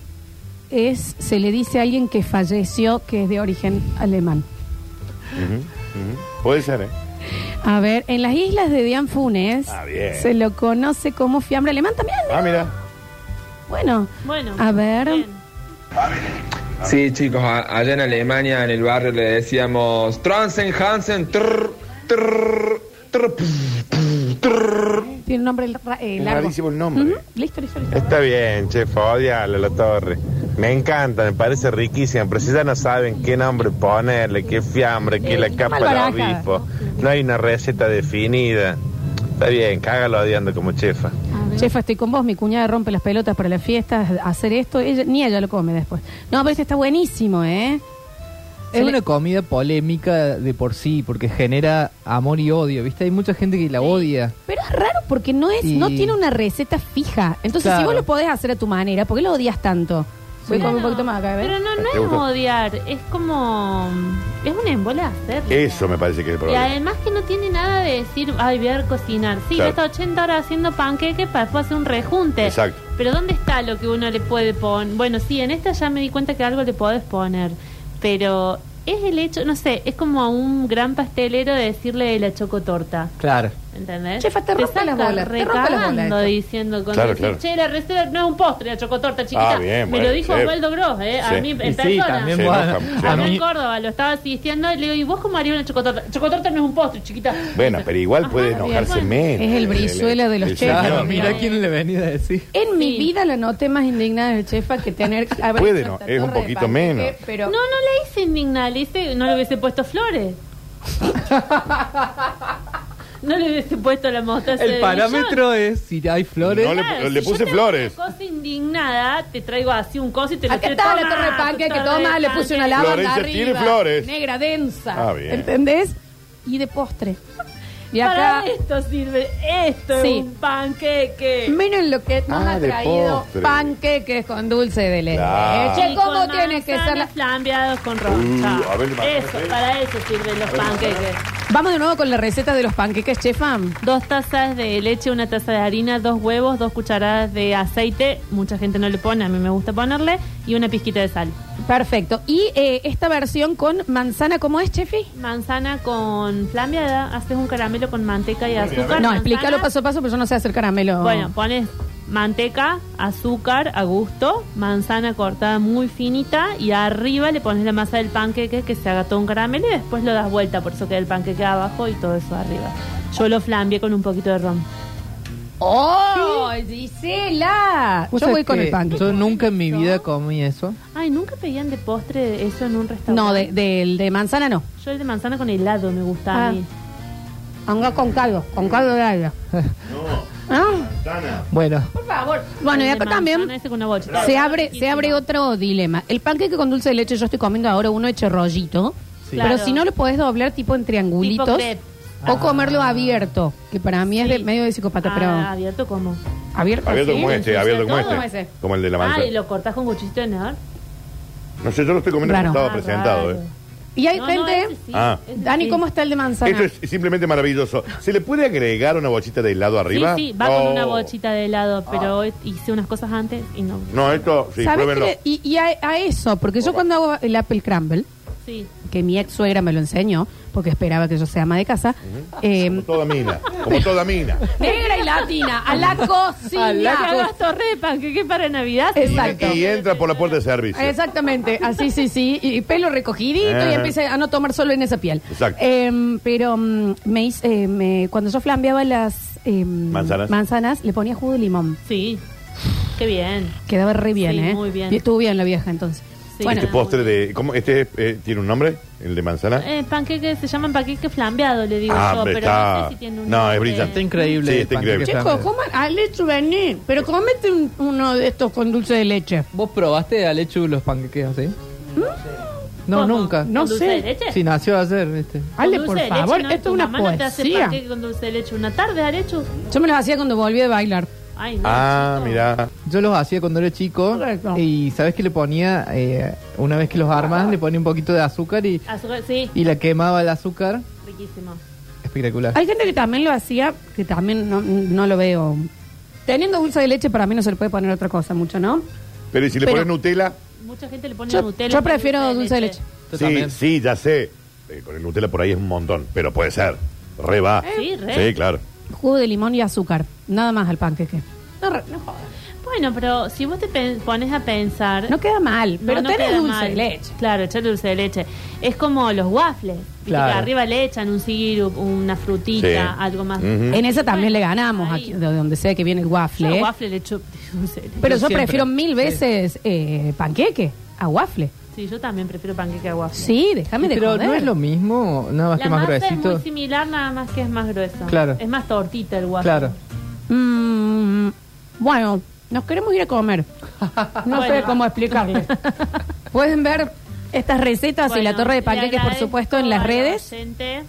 Speaker 1: es, se le dice a alguien que falleció que es de origen alemán.
Speaker 3: Ujú, ujú. Puede ser, ¿eh?
Speaker 1: A ver, en las islas de Dianfunes
Speaker 3: Ah, bien.
Speaker 1: se lo conoce como fiambre alemán también.
Speaker 3: Ah, mira.
Speaker 1: Bueno,
Speaker 5: Bueno,
Speaker 1: a ver.
Speaker 20: Sí, chicos, a- allá en Alemania, en el barrio, le decíamos Transen, Hansen, trrr, trrr, trrr, pf".
Speaker 1: Tiene un nombre ra- eh,
Speaker 21: Es
Speaker 1: largo.
Speaker 21: rarísimo el nombre.
Speaker 1: Ujú, Listo, listo,
Speaker 3: Eh.
Speaker 1: listo.
Speaker 21: Está bien, chef, odialo, la torre. Me encanta, me parece riquísima, pero si ya no saben qué nombre ponerle, qué fiambre, qué la capa de
Speaker 1: Eh, mal barajada.
Speaker 21: obispo. No hay una receta definida. Está bien, cágalo odiando como chefa.
Speaker 1: Chefa, estoy con vos, mi cuñada rompe las pelotas para las fiestas, hacer esto, ella- ni ella lo come después. No, pero este está buenísimo, ¿eh? Se
Speaker 2: Es
Speaker 1: le-
Speaker 2: una comida polémica de por sí, porque genera amor y odio, ¿viste? Hay mucha gente que la odia.
Speaker 1: Pero es raro porque no es, no
Speaker 2: Y-
Speaker 1: tiene una receta fija. Entonces, si
Speaker 2: Claro.
Speaker 1: vos lo podés hacer a tu manera, ¿por qué lo odias tanto? Voy a comer un poquito más acá, a ver.
Speaker 5: Pero no,
Speaker 3: ¿Te
Speaker 5: no es
Speaker 3: gustó?
Speaker 5: odiar, es como. Es una embola hacerlo.
Speaker 3: Eso me parece que es el
Speaker 5: Y
Speaker 3: problema.
Speaker 5: además que no tiene nada de decir, ay, voy a cocinar. Sí,
Speaker 3: Claro.
Speaker 5: yo he estado 80 horas haciendo panqueques para después hacer un rejunte.
Speaker 3: Exacto.
Speaker 5: Pero ¿dónde está lo que uno le puede poner? Bueno, sí, en esta ya me di cuenta que algo le podés poner. Pero es el hecho, no sé, es como a un gran pastelero de decirle la chocotorta.
Speaker 2: Claro.
Speaker 5: ¿Entendés?
Speaker 1: Chefa, te rompe
Speaker 5: saca
Speaker 1: las bolas, te rompe las bolas
Speaker 5: recagando
Speaker 1: esto.
Speaker 5: diciendo con
Speaker 3: Claro,
Speaker 5: decir,
Speaker 3: claro.
Speaker 5: che, la receta no es un postre, la chocotorta chiquita.
Speaker 3: Ah, bien,
Speaker 5: me
Speaker 3: bueno,
Speaker 5: lo dijo
Speaker 3: chef.
Speaker 5: Osvaldo Gross,
Speaker 3: Sí.
Speaker 5: ¿eh? A mí,
Speaker 3: Y
Speaker 5: en
Speaker 3: sí,
Speaker 5: persona.
Speaker 3: también Se vos- enojan, se
Speaker 5: Acá en
Speaker 3: enojan.
Speaker 5: Córdoba lo estaba asistiendo y le digo, ¿y vos cómo harías una chocotorta? Chocotorta no es un postre, chiquita.
Speaker 3: Bueno, pero igual puede enojarse
Speaker 5: bueno.
Speaker 3: menos.
Speaker 1: Es el brizuela de los
Speaker 3: el
Speaker 1: chefs.
Speaker 3: señor.
Speaker 2: Mira quién le venía a decir.
Speaker 1: En mi vida la noté más indignada del chefa que tener. haber
Speaker 3: Puede,
Speaker 1: hecho
Speaker 3: no,
Speaker 1: esta
Speaker 3: es un
Speaker 1: torre de
Speaker 3: poquito
Speaker 1: panqueque,
Speaker 3: menos.
Speaker 1: Pero
Speaker 5: No, no le hice indignar, le hice, no le hubiese puesto flores. no le hubiese puesto la mostaza. de
Speaker 2: El parámetro es si hay flores.
Speaker 3: No, le-
Speaker 5: Claro,
Speaker 3: le
Speaker 5: si
Speaker 3: puse
Speaker 5: yo te
Speaker 3: flores.
Speaker 5: hago una cosa indignada, te traigo así un coso y te lo
Speaker 1: Acá
Speaker 5: tiro,
Speaker 1: está la
Speaker 5: toma,
Speaker 1: torre de panque que
Speaker 5: torre de
Speaker 1: toma, le
Speaker 5: panque.
Speaker 1: puse una lavanda
Speaker 3: Florencia
Speaker 1: arriba.
Speaker 3: tiene flores.
Speaker 1: Negra, densa.
Speaker 3: Ah, bien.
Speaker 1: ¿Entendés? Y de postre. Y acá,
Speaker 5: Para esto sirve, esto
Speaker 1: Sí.
Speaker 5: es un panqueque.
Speaker 1: miren lo que nos
Speaker 5: Ah,
Speaker 1: ha
Speaker 5: de
Speaker 1: traído
Speaker 5: postre.
Speaker 1: panqueques con dulce de leche.
Speaker 3: Claro.
Speaker 1: Che,
Speaker 5: Y
Speaker 1: ¿cómo
Speaker 5: con
Speaker 1: tiene que ser la...
Speaker 5: manzanas flambeadas con roncha.
Speaker 3: Uh, a ver, manzana,
Speaker 5: eso,
Speaker 3: ¿sí?
Speaker 5: para eso sirven los panqueques.
Speaker 1: Vamos de nuevo con la receta de los panqueques, chefa.
Speaker 5: Dos tazas de leche, una taza de harina, dos huevos, dos cucharadas de aceite. Mucha gente no le pone, a mí me gusta ponerle. Y una pizquita de sal.
Speaker 1: Perfecto. Y eh, esta versión con manzana, ¿cómo es, chefi?
Speaker 5: Manzana con flambeada, haces un caramelo con manteca y azúcar.
Speaker 1: No,
Speaker 5: manzana-
Speaker 1: explícalo paso a paso, pero yo no sé hacer caramelo.
Speaker 5: Bueno, pones manteca, azúcar a gusto, manzana cortada muy finita y arriba le pones la masa del panqueque que se haga todo un caramelo y después lo das vuelta, por eso queda el panqueque abajo y todo eso arriba. Yo lo flambié con un poquito de ron.
Speaker 1: ¡Oh, Gisela!
Speaker 2: Vos
Speaker 1: Yo
Speaker 2: sabés
Speaker 1: voy con
Speaker 2: que
Speaker 1: el panque.
Speaker 2: Yo nunca en mi vida comí eso.
Speaker 5: Ay, ¿nunca pedían de postre eso en un restaurante?
Speaker 1: No, de, del de manzana no.
Speaker 5: Yo el de manzana con helado me gusta
Speaker 1: Ah.
Speaker 5: a mí.
Speaker 1: Anga con caldo, con caldo de alga. Ah,
Speaker 2: Bueno,
Speaker 1: por favor. Bueno, y
Speaker 5: El de
Speaker 1: acá
Speaker 5: manzana
Speaker 1: también
Speaker 5: ese con una bocha.
Speaker 1: se abre, se abre otro dilema. El panqueque con dulce de leche, yo estoy comiendo ahora uno hecho rollito.
Speaker 5: Sí.
Speaker 1: Pero
Speaker 5: Claro.
Speaker 1: si no lo podés doblar tipo en triangulitos.
Speaker 5: Tipo crepe.
Speaker 1: o comerlo
Speaker 3: Ah.
Speaker 1: abierto, que para mí es de- medio de psicopata,
Speaker 5: Ah,
Speaker 1: pero
Speaker 5: abierto como.
Speaker 1: abierto.
Speaker 3: Abierto
Speaker 1: así,
Speaker 3: como este,
Speaker 1: ensucia
Speaker 3: abierto como
Speaker 1: todo.
Speaker 3: este. Como el de la
Speaker 5: Ah,
Speaker 3: manzana.
Speaker 5: y lo cortás con cuchillo de tenedor.
Speaker 3: No sé, yo lo estoy comiendo
Speaker 1: Raro.
Speaker 3: como
Speaker 1: Ah,
Speaker 3: estaba presentado,
Speaker 5: raro.
Speaker 3: ¿eh?
Speaker 1: Y ahí,
Speaker 5: No, no,
Speaker 1: gente,
Speaker 5: ese sí,
Speaker 3: Ah.
Speaker 5: ese
Speaker 1: Dani,
Speaker 5: sí.
Speaker 1: ¿cómo está el de manzana?
Speaker 3: Esto Este es simplemente maravilloso. ¿Se le puede agregar una bochita de helado arriba?
Speaker 5: Sí, sí, va con
Speaker 3: Oh. Ah.
Speaker 5: una bochita de helado, pero hoy hice unas cosas antes y no.
Speaker 3: No, esto, sí,
Speaker 1: ¿Sabes
Speaker 3: pruébenlo.
Speaker 1: qué? Y, y a, a eso, porque yo cuando hago el apple crumble,
Speaker 5: Sí.
Speaker 1: que mi ex suegra me lo enseñó, porque esperaba que yo sea ama de casa, eh,
Speaker 3: Como toda mina, como toda mina.
Speaker 1: negra y latina, a la cocina.
Speaker 5: A la que hagas torre de panqueque para Navidad.
Speaker 1: Exacto.
Speaker 3: Y entra por la puerta de servicio.
Speaker 1: Exactamente, así sí, sí, y, y pelo recogidito
Speaker 3: Ajá.
Speaker 1: y empieza a no tomar solo en esa piel.
Speaker 3: Eh. Exacto.
Speaker 1: Em, pero mm, me hice, eh, me- cuando yo flambeaba las em,
Speaker 3: Manzanas.
Speaker 1: manzanas, le ponía jugo de limón.
Speaker 5: Sí. Qué bien.
Speaker 1: Quedaba re bien,
Speaker 5: Sí,
Speaker 1: ¿eh?
Speaker 5: muy bien.
Speaker 1: Estuvo bien la vieja entonces.
Speaker 5: Sí.
Speaker 1: Bueno,
Speaker 3: este postre de. ¿cómo, ¿Este eh, tiene un nombre? ¿El de manzana?
Speaker 5: Eh, panqueque se llaman panqueque flambeado, le digo
Speaker 3: Ah,
Speaker 5: yo,
Speaker 3: hombre,
Speaker 5: pero
Speaker 3: está-
Speaker 5: no sé si tiene un
Speaker 3: no,
Speaker 5: nombre.
Speaker 3: es brillante. Está
Speaker 2: increíble
Speaker 3: Sí,
Speaker 2: el
Speaker 3: está
Speaker 2: panqueque
Speaker 3: increíble.
Speaker 2: flan.
Speaker 1: Chicos, coman, Alechu, vení, pero comete un- uno de estos con dulce de leche. ¿Mm?
Speaker 2: ¿Vos probaste a lechu los panqueques así? No,
Speaker 5: ¿Cómo?
Speaker 2: nunca.
Speaker 5: ¿Con dulce de leche?
Speaker 2: Sí, nació ayer, ¿viste?
Speaker 1: Ale,
Speaker 5: Con
Speaker 1: por
Speaker 5: dulce de leche,
Speaker 1: favor,
Speaker 5: ¿no?
Speaker 1: esto
Speaker 5: Tu
Speaker 1: es una
Speaker 5: mamá no te hace
Speaker 1: poesía.
Speaker 5: panqueque con dulce de leche una tarde, Arechu?
Speaker 1: Yo me los hacía cuando volví de bailar.
Speaker 5: Ay, no.
Speaker 3: Ah, mirá.
Speaker 2: Yo los hacía cuando era chico. Y sabes que le ponía, eh, una vez que los armas, le ponía un poquito de azúcar y,
Speaker 5: Azúcar, sí,
Speaker 2: y la quemaba el azúcar.
Speaker 5: riquísimo.
Speaker 2: Espectacular.
Speaker 1: Hay gente que también lo hacía, que también no, no lo veo. Teniendo dulce de leche, para mí no se le puede poner otra cosa mucho, ¿no?
Speaker 3: Pero ¿y si le
Speaker 1: Pero-
Speaker 3: pones Nutella?
Speaker 5: Mucha gente le pone
Speaker 1: Yo,
Speaker 5: Nutella.
Speaker 1: yo
Speaker 5: con
Speaker 1: prefiero dulce de leche.
Speaker 3: sí, sí, ya sé. Eh, con el Nutella por ahí es un montón, pero puede ser. Re va.
Speaker 1: Eh,
Speaker 5: Sí, re.
Speaker 3: Sí, claro.
Speaker 1: Jugo de limón y azúcar. Nada más al panqueque. No, re- no jodas.
Speaker 5: Bueno, pero si vos te pen- pones a pensar...
Speaker 1: No queda mal, pero tenés
Speaker 5: queda
Speaker 1: dulce
Speaker 5: mal.
Speaker 1: de leche.
Speaker 5: Claro, echarle dulce de leche. Es como los waffles. Viste
Speaker 1: Claro.
Speaker 5: Que arriba le echan un sirup, una frutita,
Speaker 1: Sí.
Speaker 5: algo más.
Speaker 1: En esa también le ganamos, aquí, de donde sea que viene el
Speaker 5: Yo
Speaker 1: waffle. ¿eh?
Speaker 5: waffle le echo dulce de leche.
Speaker 1: Pero yo, prefiero mil veces eh, panqueque a waffle.
Speaker 5: Sí, yo también prefiero panqueque a waffle.
Speaker 1: Sí, déjame de
Speaker 2: Pero
Speaker 1: joder.
Speaker 2: no es lo mismo, nada más
Speaker 5: La
Speaker 2: que más
Speaker 5: masa
Speaker 2: gruesito.
Speaker 5: es muy similar, nada más que es más gruesa.
Speaker 2: Claro.
Speaker 5: Es más tortita el waffle.
Speaker 2: Claro.
Speaker 1: Mm, bueno, nos queremos ir a comer. No sé
Speaker 5: Bueno.
Speaker 1: cómo explicarles. Pueden ver estas recetas y Ah, la
Speaker 5: Bueno,
Speaker 1: torre de
Speaker 5: le
Speaker 1: panqueques, por
Speaker 5: agradezco
Speaker 1: supuesto, en las
Speaker 5: a la
Speaker 1: redes.
Speaker 5: docente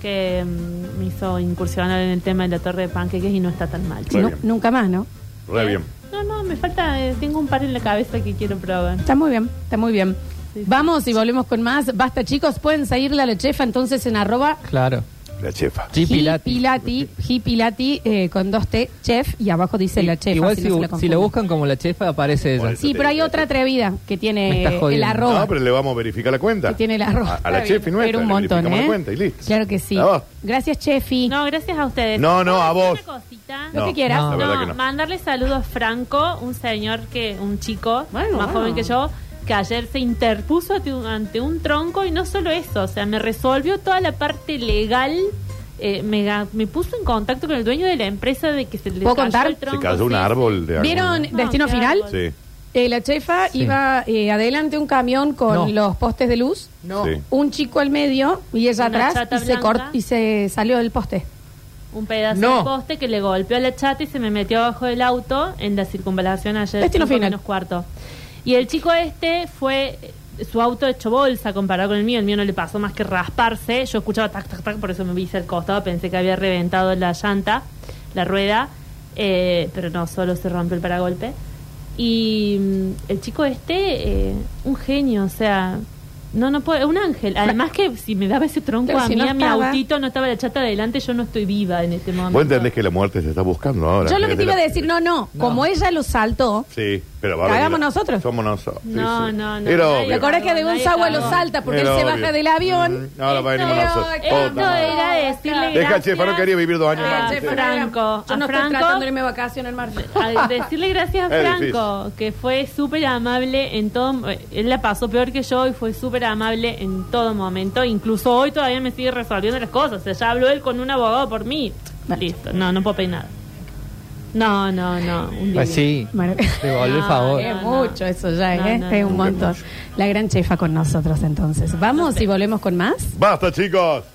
Speaker 5: que mm, me hizo incursionar en el tema de la torre de panqueques y no está tan mal.
Speaker 1: Nu- nunca más, ¿no? ¿Eh?
Speaker 3: Re bien.
Speaker 5: No, no, me falta, eh, tengo un par en la cabeza que quiero probar.
Speaker 1: Está muy bien, está muy bien. Vamos y volvemos con más. Basta, chicos. Pueden seguirle a la chefa entonces en arroba
Speaker 2: Claro.
Speaker 3: La chefa.
Speaker 1: Gipilati, Gipilati eh, con dos T, chef, y abajo dice la chefa.
Speaker 2: Igual
Speaker 1: si
Speaker 2: si,
Speaker 1: no se la
Speaker 2: si
Speaker 1: confunden.
Speaker 2: la buscan como la chefa, aparece ella.
Speaker 1: Sí, pero hay otra atrevida que
Speaker 2: Me
Speaker 1: tiene
Speaker 2: estás
Speaker 1: el
Speaker 2: jodiendo.
Speaker 1: arroba.
Speaker 3: No, pero le vamos a verificar la cuenta.
Speaker 1: Que tiene el arroba.
Speaker 3: A, a la
Speaker 1: Está bien,
Speaker 3: chef y nuestra.
Speaker 1: pero un
Speaker 3: le
Speaker 1: montón,
Speaker 3: verificamos
Speaker 1: ¿eh?
Speaker 3: la cuenta y listo.
Speaker 1: Claro que sí.
Speaker 3: A vos.
Speaker 1: Gracias, Chefi.
Speaker 5: No, gracias a ustedes.
Speaker 3: No, no, a vos.
Speaker 5: Una cosita.
Speaker 3: Lo No, que quieras. la verdad que no.
Speaker 5: Mandarle saludos a Franco, un señor que, un chico, más
Speaker 1: bueno.
Speaker 5: joven que yo, que ayer se interpuso ante un, ante un tronco y no solo eso, o sea, me resolvió toda la parte legal. eh, me, ga- me puso en contacto con el dueño de la empresa de que se le
Speaker 1: ¿Puedo
Speaker 5: cayó
Speaker 1: contar?
Speaker 5: el tronco.
Speaker 3: Se cayó un
Speaker 5: sí.
Speaker 3: árbol de algún-
Speaker 1: ¿Vieron Destino Final?
Speaker 3: Sí.
Speaker 1: Eh, la chefa iba eh, adelante un camión con
Speaker 3: No.
Speaker 1: los postes de luz.
Speaker 3: No. Sí.
Speaker 1: Un chico al medio y ella
Speaker 5: Una
Speaker 1: atrás
Speaker 5: chata
Speaker 1: y se,
Speaker 5: blanca.
Speaker 1: cort- y se salió del poste.
Speaker 5: Un pedazo
Speaker 1: No.
Speaker 5: de poste que le golpeó a la chata y se me metió abajo del auto en la circunvalación ayer.
Speaker 1: Destino
Speaker 5: cinco
Speaker 1: final.
Speaker 5: menos cuarto. Y el chico este fue eh, su auto hecho bolsa comparado con el mío. El mío no le pasó más que rasparse. Yo escuchaba tac, tac, tac, por eso me hice al costado. Pensé que había reventado la llanta, la rueda. Eh, pero no, solo se rompió el paragolpe. Y mm, el chico este, eh, un genio, o sea... No, no puedo, un ángel. Además que si me daba ese tronco
Speaker 1: Claro,
Speaker 5: a
Speaker 1: si
Speaker 5: mí,
Speaker 1: no
Speaker 5: a mi
Speaker 1: estaba-
Speaker 5: autito, no estaba la chata adelante, yo no estoy viva en este momento.
Speaker 3: Vos entendés que la muerte se está buscando ahora.
Speaker 1: Yo lo que te iba a
Speaker 3: Desde
Speaker 1: decir, no, no, como ella lo saltó.
Speaker 3: la- Sí, pero va a
Speaker 1: ¿La
Speaker 3: venir
Speaker 1: hagamos
Speaker 3: la-
Speaker 1: nosotros?
Speaker 3: Somos nosotros. sí,
Speaker 1: No,
Speaker 3: sí.
Speaker 1: no, no.
Speaker 3: Era
Speaker 1: Nadie-
Speaker 3: obvio.
Speaker 1: ¿Te acordás que de
Speaker 5: Nadie
Speaker 1: Gonzagua
Speaker 5: cagó.
Speaker 1: lo salta porque
Speaker 3: Era
Speaker 1: él se
Speaker 3: obvio.
Speaker 1: baja del avión?
Speaker 3: Ahora va a venir Oh, con nosotros.
Speaker 5: Esto
Speaker 3: Puta madre.
Speaker 5: era decirle
Speaker 3: Deja,
Speaker 5: gracias
Speaker 3: chefa, no quería vivir dos años
Speaker 5: a
Speaker 3: más. Sí.
Speaker 5: Franco.
Speaker 1: Yo
Speaker 5: a
Speaker 1: no estoy
Speaker 5: Franco,
Speaker 1: tratando de irme de vacaciones, Marce.
Speaker 5: a decirle gracias a
Speaker 1: Es
Speaker 5: Franco, que fue súper amable en todo. Él la pasó peor que yo y fue súper amable en todo momento. Incluso hoy todavía me sigue resolviendo las cosas. O sea, ya habló él con un abogado por mí. Listo, no, no puedo pedir nada. No, no, no. un
Speaker 2: Pues
Speaker 5: divino.
Speaker 2: sí. Devuelve el favor.
Speaker 1: Es mucho eso ya,
Speaker 5: No,
Speaker 1: ¿eh?
Speaker 5: no,
Speaker 1: es
Speaker 5: no.
Speaker 1: un montón. La gran chefa con nosotros entonces. Vamos y volvemos con más.
Speaker 3: Basta, chicos.